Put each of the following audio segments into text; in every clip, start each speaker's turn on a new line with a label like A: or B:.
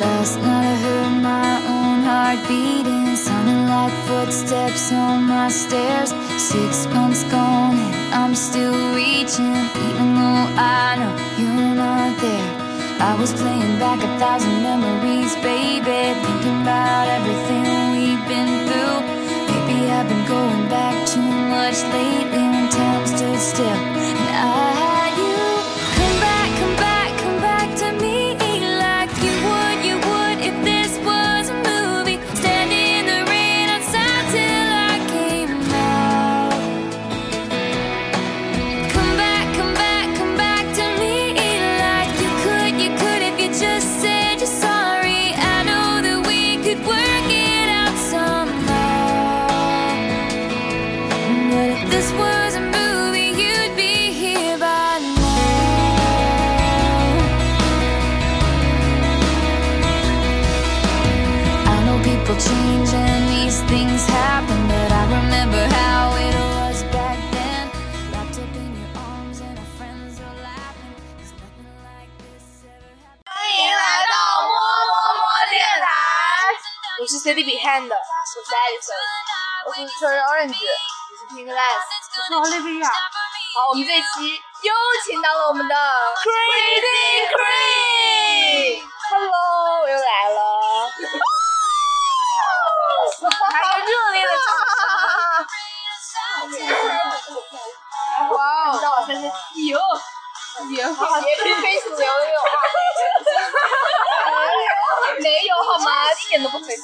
A: Last night I heard my own heart beating, sounding like footsteps on my stairs. Six months gone and I'm still reaching, even though I know you're not there. I was playing back a thousand memories, baby, thinking about everything we've been through. Maybe I've been going back too much lately when time stood still and I had you. Come back, come back, come back to me like you would, you would if this was a movie. Stand in the rain outside till I came out. Come back, come back, come back to me like you could, you could if you just said you're sorry. I know that we could work it out somehow. But if this was a movie, you'd be here by now. I know people change and these things happen, but I remember how it was back then. Wrapped up in your arms and our friends are laughing. 'cause nothing like this ever happened.
B: 欢迎来到摸摸摸电台，我是 City Behind，我是 Edison，我是 Cherry Orange，我是 Pink Glass，我是 Olivia。好，我们这期又请到了我们的 Crazy Crazy。Hello，我又来了。还有热烈的
C: Oh.
B: 掌声。哇哦！到我身上，有。也好，别跟飞驰九九没有好吗？一点都不推辞。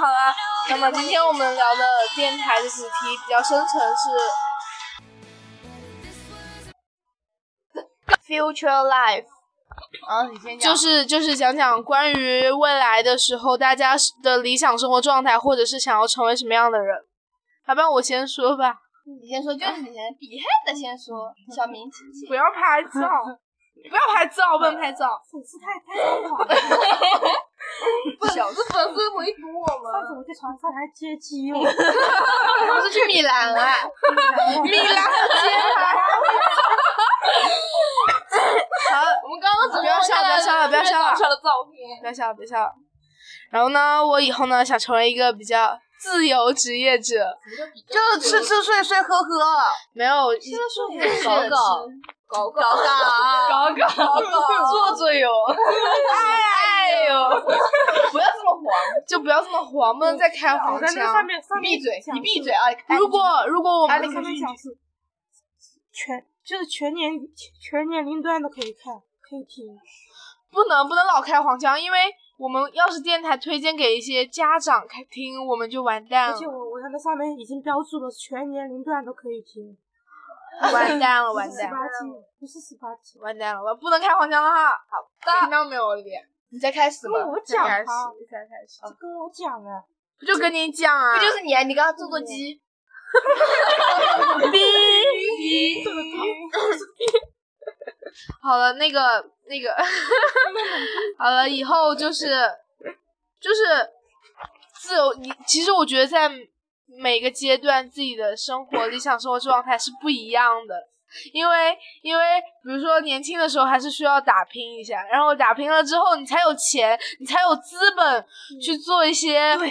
B: 好了，那么今天我们聊的电台的主题比较深沉，是 future life。啊，你先讲。
C: 就是就是讲讲关于未来的时候，大家的理想生活状态，或者是想要成为什么样的人。要不然我先说吧，
B: 你先说，就是你先比汉的先说，小明请起。
C: 不要拍照，不要拍照，不能拍照。
D: 粉丝太太疯狂了，
B: 小子粉丝围堵我
D: 上
B: 们，
D: 次我在床上还接机我，
B: 我是去米兰了，
C: 米兰街拍。好，
B: 我们刚刚
C: 不要笑不要笑不要笑
B: 上的照片
C: 不，要笑，别笑了。然后呢，我以后呢想成为一个比较自由职业者，
B: 就吃吃睡睡喝喝，
C: 没有
B: 搞搞搞搞搞
C: 搞搞做做哟，哎呦，
B: 不要这么黄，
C: 就不要这么黄，不能再开黄
D: 在那
C: 腔
D: 上。面上面讲述
B: 闭嘴啊！
C: 如果如果我
B: 哎
C: 们
B: 你
D: 上面讲是全就是全年全年龄段都可以看，可以听。
C: 不能不能老开黄腔，因为我们要是电台推荐给一些家长开听，我们就完蛋
D: 而且
C: 了，
D: 我我在那上面已经标注了全年龄段都可以听，
C: 完蛋了，完
D: 十
C: 蛋 了，
D: 八禁不是十八禁。
C: 完蛋了，我不能开黄腔了哈。好的，听到没有，我的脸？
B: 你再开始
D: 吧跟我讲啊
B: 开始，
C: 才开始，
D: 这跟我讲啊，
C: 不就跟你讲啊？
B: 不就是你啊？你刚刚做做鸡，
C: 逼？ 好了，那个那个，好了，以后就是就是自由。你其实我觉得在每个阶段自己的生活理想生活状态是不一样的，因为因为比如说年轻的时候还是需要打拼一下，然后打拼了之后你才有钱，你才有资本去做一些嗯对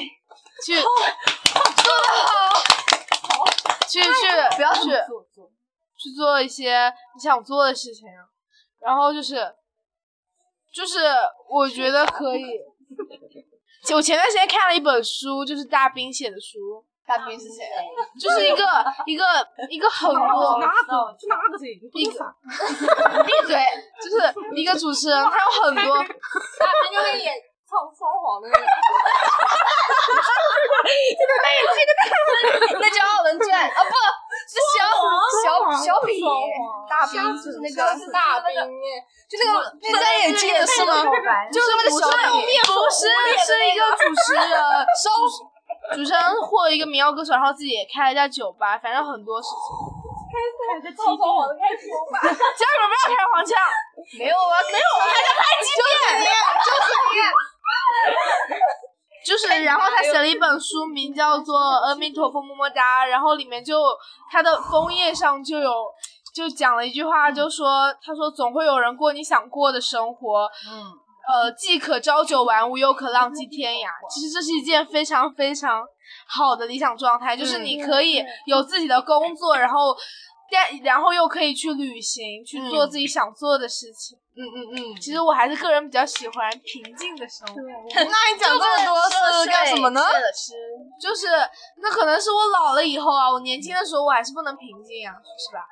C: 去做的好。去去，不要去，去做一些你想做的事情，啊然后就是就是我觉得可以。我前段时间看了一本书，就是大兵写的书，
B: 大兵是谁？
C: 就是 一个一个一个很多
D: 那个就那个谁，你不能傻。
B: 闭 嘴！
C: 就是一个主持人，他有很多
B: 大兵就会演唱双簧 的那个。这 个那这个那叫《傲人传》啊，不是小小小比大兵，就是那个是大兵，就那个人家演技也是吗？
C: 就是那个小面不是是一个主持人，主主持人或一个民谣歌手，然后自己也开了一家酒吧，反正很多事情。
D: 开个机店，
C: 家人们不要开黄腔，
B: 没有啊，没有，我们还在拍纪念，就是
C: 就是，然后他写了一本书，名叫做《阿弥陀佛么么哒》，然后里面就他的封页上就有就讲了一句话，就说他说总会有人过你想过的生活，
B: 你。嗯，
C: 呃，既可朝九晚五，又可
B: 嗯
C: 浪迹天涯。其实这是一件非常非常好的理想状态，就是你可以有自己的工作，然后但然后又可以去旅行，去做自己想做的事情。
B: 嗯嗯嗯，
C: 其实我还是个人比较喜欢平静的生活，
B: 那
D: 对，
B: 你讲这么多是干什么呢？
C: 就是那可能是我老了以后啊，我年轻的时候我还是不能平静啊，是吧？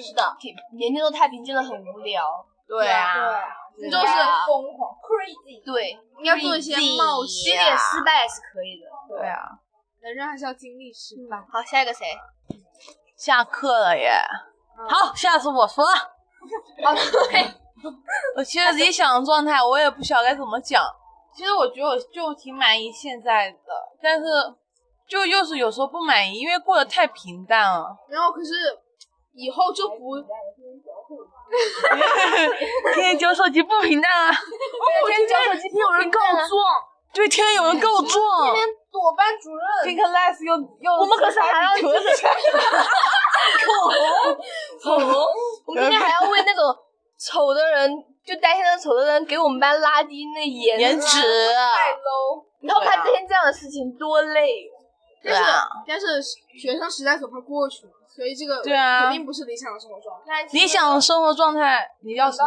B: 是的，年轻时候太平静了，很无聊。对啊，
C: 对
B: 就是
D: 疯狂，crazy，
B: 对，
C: 应该做一些冒
B: 有
C: 险，
B: 点失败是可以的。对啊，
C: 人人还是要经历失败。
B: 好，下一个谁？
E: 下课了耶。好，下次我说。
B: 哦，对，
E: 我其实理想状态我也不晓得该怎么讲。其实我觉得我就挺满意现在的，但是就又是有时候不满意，因为过得太平淡了。
C: 然后可是以后就不
E: 天天交手机不平淡啊！
F: 哦
C: 天天有
F: 啊
C: 人告状，
E: 对，天天有人告状。
C: 我班主任
E: Pink Less 又又我们可是还要咳嗽，
F: 丑龙，我们今天还要为那个丑的人，就担心那丑的人给我们班拉低那颜
E: 颜值。
F: 然后他这天这样的事情多累。
E: 对啊，
C: 但是学生时代总会过去嘛，所以这个
E: 对啊
C: 肯定不是理想的生活状态。
E: 理想生活状态，你要是
F: 到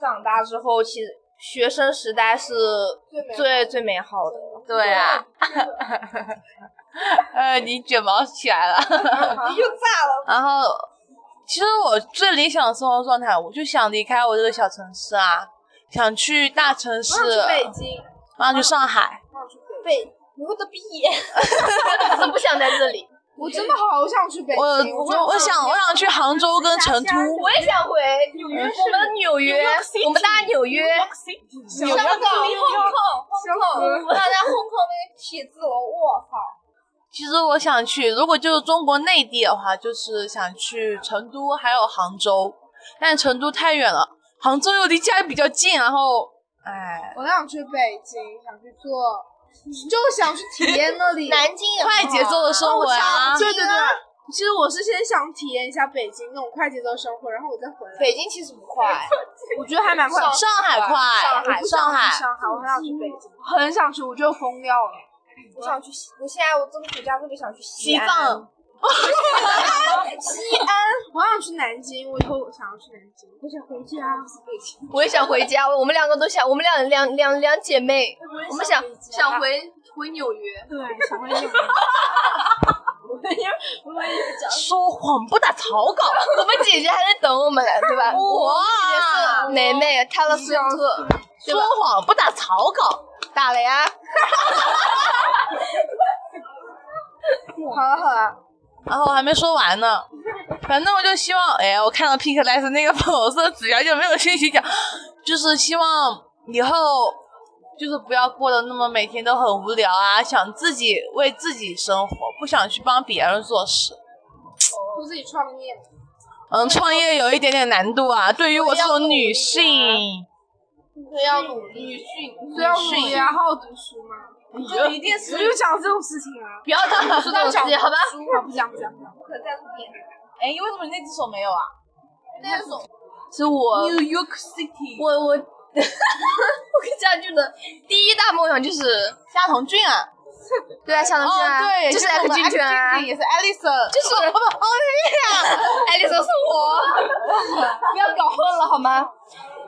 F: 长大之后，其实学生时代是最最美好的。
E: 对啊，呃，你卷毛起来了，又炸
F: 啊
E: 了。然后，其实我最理想的生活状态，我就想离开我这个小城市啊，想去大城
F: 啊
E: 市，
F: 北京，
E: 然后去上海。
F: 北，我的 屁！我只是不想在这里，
C: 我真的好想去北京，我
E: 我我我想我想去杭州跟成都，
F: 我也想回纽约。我们纽约，我们大纽约，
C: 想
F: 香
C: 香
F: 港、香
C: 港
F: 港、香港，大 家轰空那个写字楼，我操！
E: 其实我想去，如果就是中国内地的话，就是想去成都还有杭州，但成都太远了，杭州又离家比较近，然后哎，
C: 我想去北京，想去做，就是想去体验那 里
F: 南京也
E: 快节奏的
C: 哦
E: 生活啊呀、
C: 对啊对对。其实我是先想体验一下北京那种快节奏生活，然后我再回来。
F: 北京其实不 快，
C: 我觉得还蛮快的。
E: 上海快，
F: 上海
E: 上海，
C: 上海，我很想去北京，很想去，我就疯掉了。
F: 我想去西，我现在我这个暑假特别想去西
E: 西
F: 安。
E: 藏，
C: 我想去南京，我以后我想要去南京，我想回家。
F: 我也想回家，我们两个都想，我们两两两两姐妹，我们想想回回纽约。
D: 对，想问一下，
E: 说谎不打草稿，
F: 我们姐姐还在等我们呢，对吧？
E: 哇，
F: 是奶奶泰勒斯特
E: 说谎不打草稿，
F: 打啊了呀，
C: 好啊了好了，
E: 然后我哦还没说完呢。反正我就希望，哎，我看到 Pink Lights 那个粉红色的纸条就没有信息讲，就是希望以后就是不要过得那么每天都很无聊啊，想自己为自己生活，不想去帮别人做事。
C: 我自己创业，
E: 嗯，创业有一点点难度啊，对于我这种女性，
F: 都要努力。
C: 所以要努力啊，好好读书嘛。
E: 就一定
C: 我就讲这种事情啊，
F: 不要当读书的自己，好吧？
C: 好不讲不讲不讲。
E: 哎，为什么你那只手没有啊？
F: 是我
E: New York City，
F: 我 我，我跟家俊的第一大梦想就是，
E: 夏童俊啊，
F: 对啊，想的是啊，
E: 对，
F: 就是 X
E: 进
F: 进圈啊，
E: 也是 Alison，
F: 就是不不哦 是这样，艾丽哎莎是我， 不要搞混了好吗？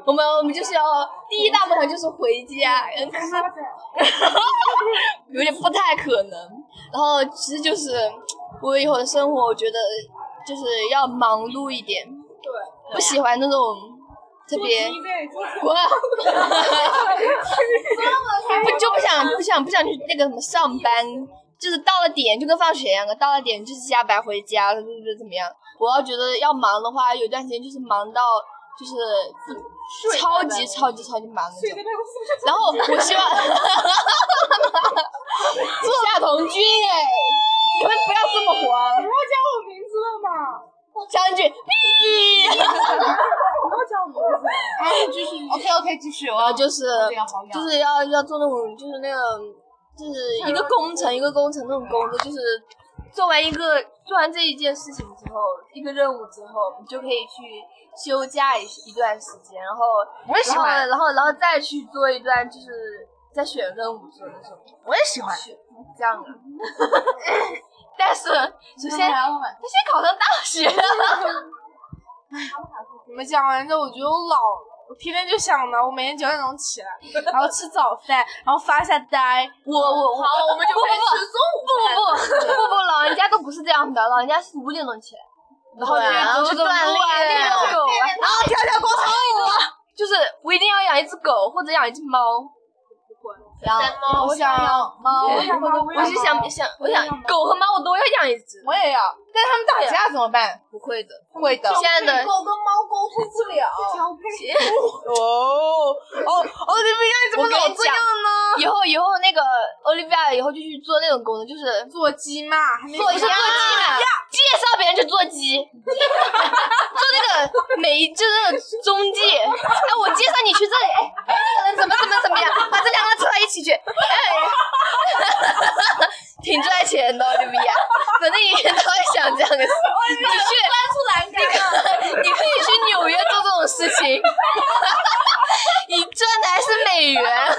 F: 我们我们就是要第一大梦想就是回家，嗯可是有点不太可能。然后其实就是我以后的生活，我觉得就是要忙碌一点，对，不喜欢那种特别
D: 一辈子
F: 滚，不 就不想不想不想去那个什么上班，就是到了点就跟放学一样的，到了点就是下班回家，就是怎么样？我要觉得要忙的话，有段时间就是忙到就是自超级超级超级忙那种。
D: 办公室
F: 然后我希 望夏童军哎，你们不要这么黄，
D: 不要加我名字了嘛，
F: 将军屁。
D: 不要加我名字，
E: OK OK，继续，我
F: 然
E: 要
F: 后就是
E: 就
F: 就是要要做那种就是那种就是一个工程一个工程那种工作，就是做完一个做完这一件事情之后，一个任务之后，你就可以去休假一一段时间，然后
E: 我也喜
F: 然后
E: 欢，
F: 然后然后再去做一段就是在选任务做的时候
E: 我也喜欢。
F: 选这样的。但是首先他先考上大学了，
C: 你们讲完之后，我觉得我老了，我天天就想呢，我每天九点钟起来，然后吃早饭，然后发一下呆。
F: 我我我好，我们就不吃中午不不不不不，老人家都不是这样的，老人家是五点钟起来，然后
E: 然后
F: 去走走路啊，
E: 锻炼
F: 遛遛狗啊，哎
E: 然后跳跳广场舞啊，
F: 就是我一定要养一只狗或者养一只猫。
E: 然后
C: 猫我想
E: 猫
D: 我想猫我
F: 我是想想，我想狗和猫我都要养一只。
E: 我也要，但是他们打架怎么办？
F: 不会的，
E: 会的。
F: 现在的
B: 狗跟猫沟通不了，
E: 哦哦哦，你们家怎么老这样呢？
F: 以后以后那个 Olivia 以后就去做那种工作，就是
C: 做鸡嘛，还没
F: 做不是做鸡啊嘛，介绍别人去做鸡，做那个媒就是那个中介。哎，我介绍你去这里，哎，哎那个人怎么怎么怎么样，把这两个凑到一起去，哎， 挺赚钱的利比亚，反正以前都会想这样的事。你去你 可你可以去纽约做这种事情，你赚的还是美元。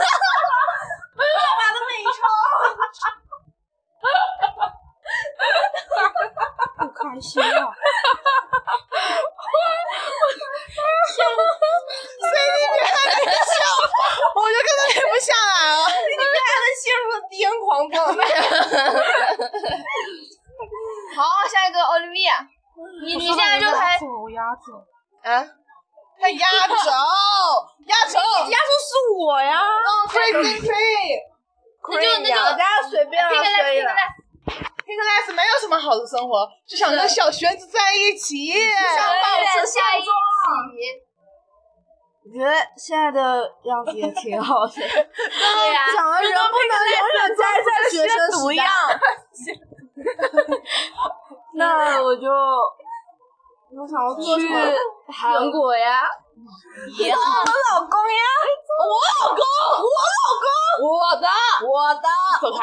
D: 不开心啊！
E: 我就根本停不下来了。
F: 好，下一个奥利维亚，你你现在就还
D: 走呀走，
E: 啊，他压轴，压轴，压轴是我呀。Crazy Crazy，
F: 那就那就
E: 大家随便啊
F: pick a last pick a last，
E: Pink Life 没有什么好的生活，就想跟小圈子在一起。
F: 保持下一集。
B: 我觉得现在的样子也挺 好的。
F: 对呀，
D: 讲了人不能永远待在学生
E: 毒
D: 时代
E: 样，
B: 那我就
D: 我想要做什
B: 去
D: 么？
B: 韩国呀，
E: 我的，我的，走开！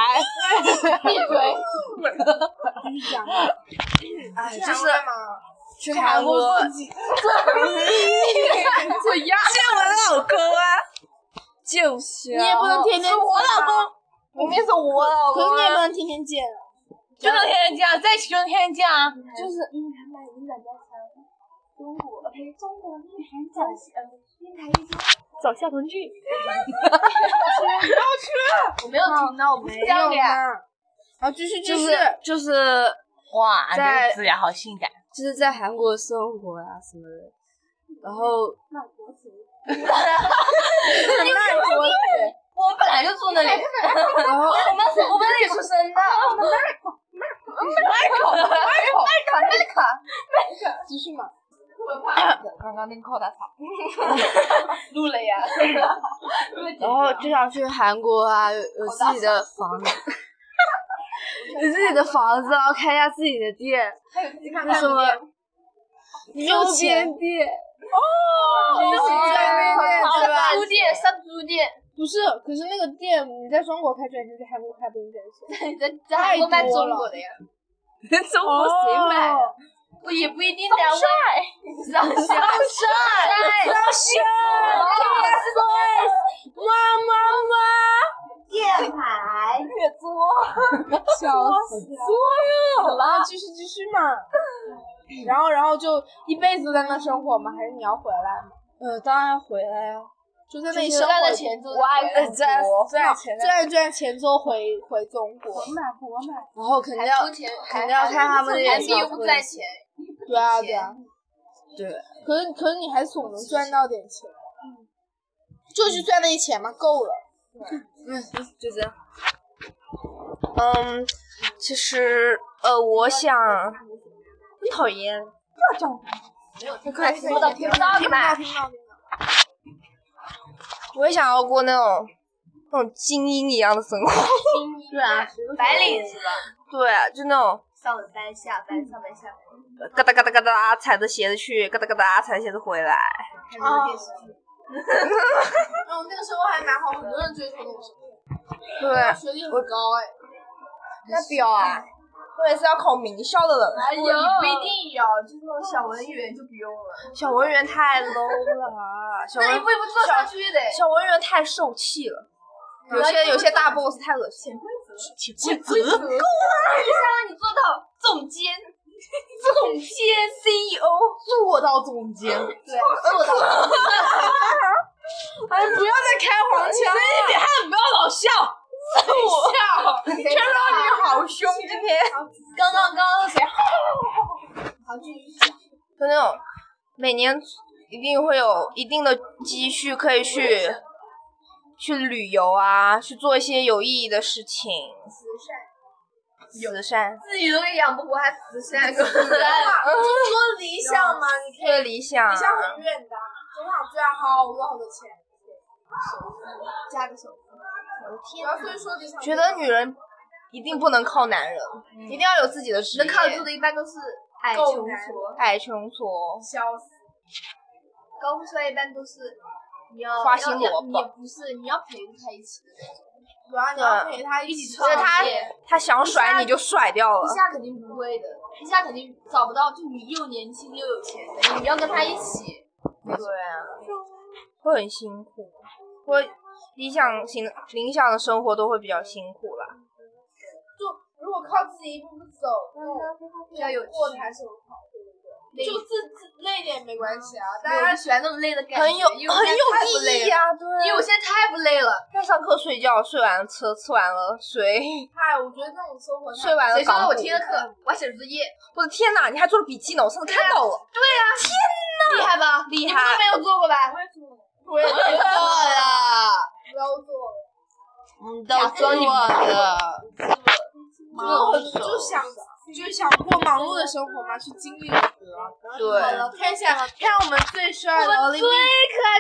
F: 闭嘴。
E: 哎，就是
D: 去
E: 韩国
D: 国
E: 做鸭，见我老公啊，
B: 就是
D: 你也不能天天
E: 我老
D: 公，
E: 公，
D: 明明是我老
E: 公
D: 可是
E: 啊
D: 你也不能天天见啊。
E: 就能天天见啊，在一起就能天天见啊。
B: 就是嗯，他们你在家乡，中国呸，中国女孩早呃，女孩一家
E: 找夏鹏俊，
F: 我没有听到，我不是这样的呀。
C: 然后继续继
B: 就
C: 续
B: 是。就是
E: 哇，
B: 在
E: 这个字眼好性感。
B: 就是在韩国生活呀、什么的，然后
F: 我本来就住那里，我们我们那里出生的。
C: 哦
F: 迈克，迈克，迈克，迈克，迈克，继续嘛。刚刚那个靠 大草，录了呀。
B: 然后就想去韩国啊，有有自己的房子，有自己的房子，然后开一下自己的店，那什么周边店，
F: 哦好的，租店上租店，
C: 不是，可是那个店你在中国开赚钱，在韩国开不用赚钱。
F: 你在在韩国卖中国的 呀？
B: 中国谁买啊？
F: 不也不一定得外，上山上山上山，
C: 然后继续继续嘛。然后，然后就一辈子在那生活吗？还是你要回来吗？
B: 呃，当然回来呀、
C: 就在那里
F: 你
C: 生
F: 赚
C: 活
F: 的，钱就
C: 我爱
F: 在
C: 自己赚赚钱，赚赚钱之后回回中国。
B: 然后肯定要
F: 还出钱，
B: 肯定要看他们那
F: 还
B: 些
F: 利
B: 小
F: 用
B: 哥
F: 赚钱，
C: 对啊，对啊。
B: 对，
C: 可是可是你还总能赚到点钱，
E: 嗯
C: 就去赚那些钱嘛，够了。
B: 嗯，就这样。
E: 嗯，其实呃，我想，很讨厌。
F: 没关系，我听不到你们。
E: 我也想要过那种那种精英一样的生活。
F: 对啊，白领是吧？
E: 对，
C: 啊
E: 就那种
F: 上班下班，上班下班。
E: 嘎哒嘎哒嘎哒踩着鞋子去，嘎哒嘎哒踩着鞋子回来。
C: 哦，嗯，那个生活还蛮好，很多人追求那种生活，
E: 对，啊
C: 学历很高哎。
E: 那表啊，
G: 我也是要考名校的
C: 啊
G: 人。
F: 哎呦，不一定要，就是那种小文员就不用了。
G: 小文员太 low
C: 啊
G: 了，小
F: 那一
G: 文
F: 步一步做上去的。
G: 小文员太受气了，有些有些大 boss 太恶心。
F: 规则，够了！一下让你做到总监，总监 CEO，做到总监，对，做到。
G: 哎，不要再开黄腔了，
F: 笑，全说
G: 你好凶，今天
F: 刚刚刚谁？
G: 就那种每年一定会有一定的积蓄，可以去去旅游啊，去做一些有意义的事情。慈善，慈善，
F: 自己都给养不活，还慈 善？慈
G: 这
F: 善，
G: 不说理想嘛，你对理想，
F: 远的，总想赚好多好多钱。加个手机，天啊！所以说，
G: 觉得女人一定不能靠男人，一定要有自己的职业，
F: 能靠得住的一般都是
G: 矮
F: 够
G: 穷
F: 难
G: 矬，矮穷矬，
F: 笑死！高富帅一般都是你要
G: 花心
F: 要要
G: 萝卜
F: 你也不是你要陪着他一起的，主要
G: 嗯
F: 你
G: 对
F: 要陪他一起
G: 就是他
F: 创业，
G: 他想甩你就甩掉
F: 一
G: 了。
F: 下肯定不会的，一下肯定找不到，就你又年轻又有钱的，你要跟他一起。
G: 对啊，会很辛苦，会理想型理想的生活都会比较辛苦吧。
F: 就如果靠自己一步步走，那比较有过还是很好。就自自累点没关系啊，大家喜欢那种累的感觉，
G: 很有 很
F: 因为我现在太不
G: 有
F: 累
G: 意义啊！
F: 了，因为我
G: 对，
F: 现在太不累了。
G: 要上课睡觉，睡完了吃，吃完了睡，
F: 哎，我觉得那种生活，
G: 睡完了
F: 谁说
G: 搞
F: 我
G: 苦
F: 听的课，我还写着作业，
G: 我的天哪，你还做了笔记呢，我上次看到了。
F: 厉害吧？
G: 厉
F: 你
G: 害
F: 们都没有做过吧？我也做了，我也 做了，不要做了。
E: 你都做了，
D: 就想就想过忙碌的生活嘛，去经历一个。
G: 对，
D: 看一下，看我们最帅的奥利给，
F: 可爱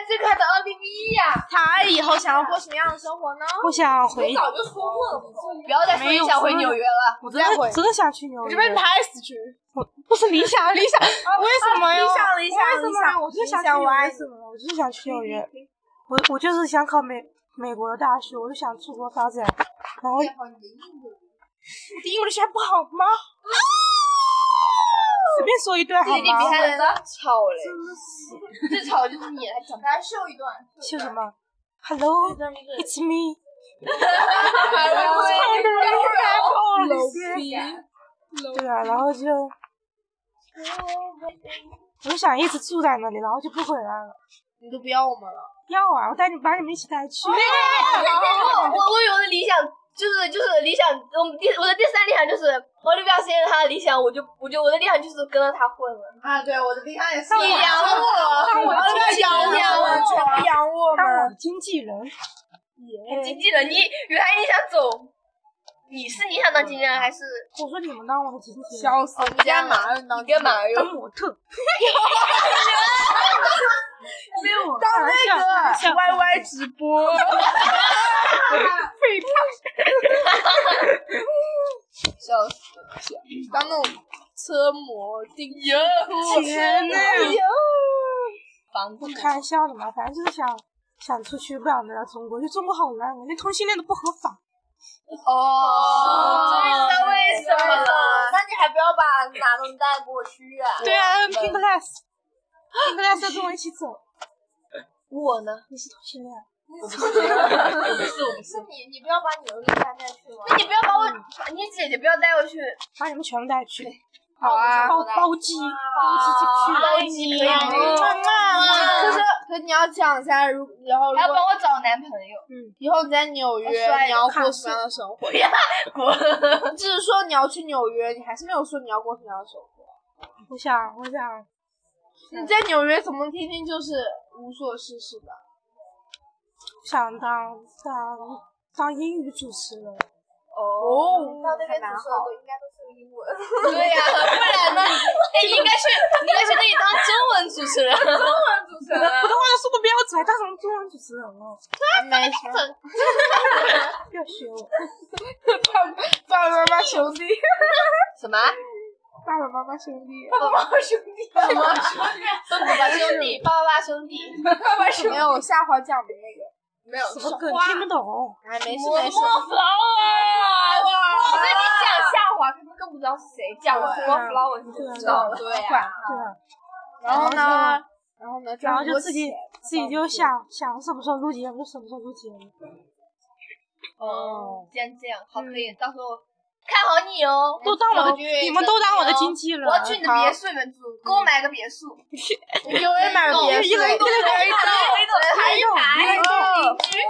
F: 最可爱的奥利米呀！
G: 他以后想要过什么样的生活呢？
D: 我想回，
F: 早就说过了，不要再说你想回纽约了，
D: 我真的真的想去纽约。
E: 拍死去。
D: 不是理想，理想，为什么呀？
G: 理想理想
D: 为
G: 理
D: 什么呀？
G: 想，
D: 我就想
G: 理想
D: 去纽约，
G: 完
D: 为。什么？我就想去纽约。 我我就是想考美美国的大学，我就想出国发展。然后我的英语现在不好吗？随便说一段好
F: 自己比
D: 吗？
F: 还能
G: 吵嘞！
F: 最吵的就是你，还讲大家秀一段，
D: 秀什么？Hello, it's me.
F: 哎
D: 对啊，然后就， 我就想一直住在那里，然后就不回来了。
C: 你都不要我们了。
D: 要啊，我带你把你们一起带去。
F: 我哦我我有的理想就是就是理想，我们第我的第三理想就是奥利维亚实现了他的理想，我就我就我的理想就是跟着他混了。
B: 啊，对，我的冰箱也是。
F: 你养 我，
D: 我
F: 养养我，
D: 养我当我的经纪人，
F: 经纪人，你原来你想走，你是你想当经纪人还是
D: 我说你们当我的经纪人，
C: 笑死！
F: 嗯
C: 你干嘛？你
F: 你干嘛
D: 当
F: 哟？
D: 模 特，
F: 没有
D: 当那个 Y Y 直播，
C: 笑死！当那种车模定制，
D: 天呐！
F: 房子
D: 开玩笑的嘛，反正就是想想出去，不想留在中国，就中国好啊烂，那同性恋都不合法。
F: 哦，
G: 终于知道为什么了。
F: 那你还不要把哪东带过去啊？
D: 对啊，Pink Glass，Pink Glass 要跟我一起 走。
G: 我呢？
D: 你是同性恋？啊
F: 是你，你不要把你儿子带带去吗？那嗯你不要把我，你姐姐不要带我去。
D: 把你们全部带去。
C: 好啊
D: 包包机，包啊机进去。
F: 爱你，可
C: 可是，可是你要讲一下，如然后如
F: 还要
C: 果
F: 帮我找男朋友。
C: 以后你在纽约，
F: 好帅
C: 你要过什么样的生活？你只是说你要去纽约，你还是没有说你要过什么样的生活。
D: 我想，我想，
C: 你在纽约怎么天天就是无所事事的？
D: 想当当当英语主持人。
C: 哦，
F: 到那边读书的应该都是英文。对呀，不然呢？哎，应该去，应该去那里当中文主持人。中文主持人，
D: 普通话都说不标准，还当什么中文主持人哦？
C: 没事。
D: 不要学我，
C: 爸爸妈妈兄弟，
F: 什么？
D: 爸爸妈妈兄弟。
F: 爸爸兄弟，爸爸兄弟，
C: 没有下滑奖的那个。
F: 没有。
D: 什么梗听不懂？
C: 哎，没事
F: 我啊
C: 没事。
F: 我跟你讲下滑，可能跟不知道是谁讲了 f l o w
D: 啊
F: flower 你就知道了，对呀、
D: 对啊，
C: 然后
D: 然后
C: 呢，然后呢，
D: 然
C: 赚
D: 后
C: 很
D: 就
C: 多
D: 自己
C: 钱
D: 自己就想想什么时候录节目就什么时候录节目，
F: 哦，嗯既然这样，好，可以，到时候看好你哦，
D: 都当我的
F: 小军
D: 你们都当我的
F: 小军
D: 经纪人，
F: 我要去你的别墅里面住，给我买个别墅，
C: 你给我也买个别
D: 一人一
C: 墅。
F: 哎
D: 人一
F: 还一排
D: 人一栋
F: 邻居，啊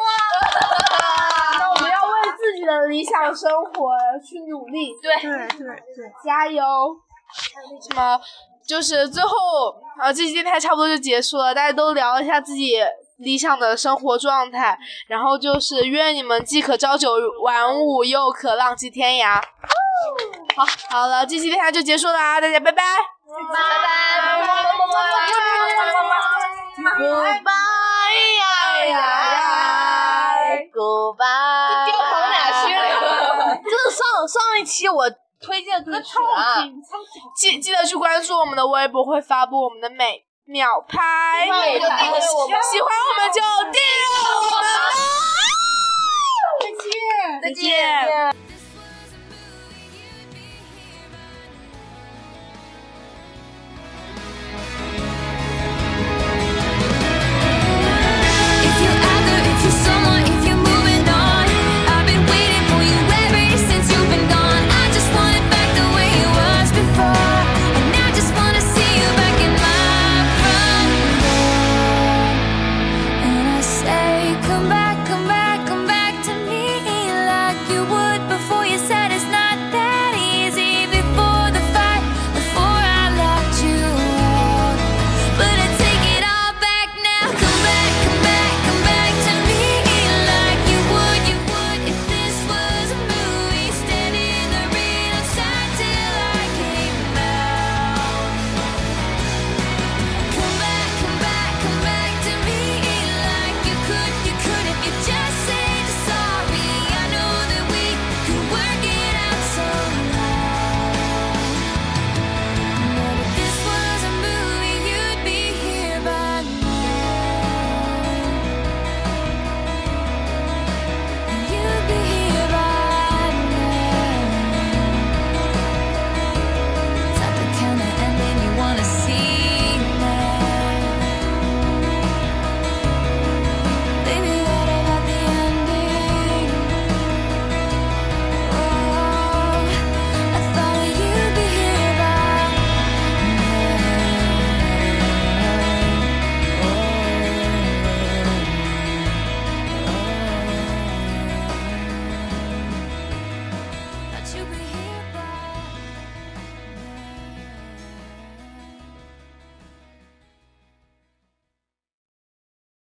C: 那我们要为自己的理想生活去努力，对，
D: 对对对，
C: 加油！什么？就是最后啊，这期电台差不多就结束了，大家都聊一下自己理想的生活状态，然后就是愿你们既可朝九晚五，又可浪迹天涯。好，好了，这期电台就结束了啊，大家拜拜。
F: 拜拜，么么么么么么么。
E: 哎呀，Goodbye，
F: 这歌跑哪去了？
E: 就是上上一期我推荐歌曲啊，
C: 记记得去关注我们的微博，会发布我们的每秒拍。喜欢
F: 我们就订阅我们
C: 我们就订阅我们吧。再见，再见。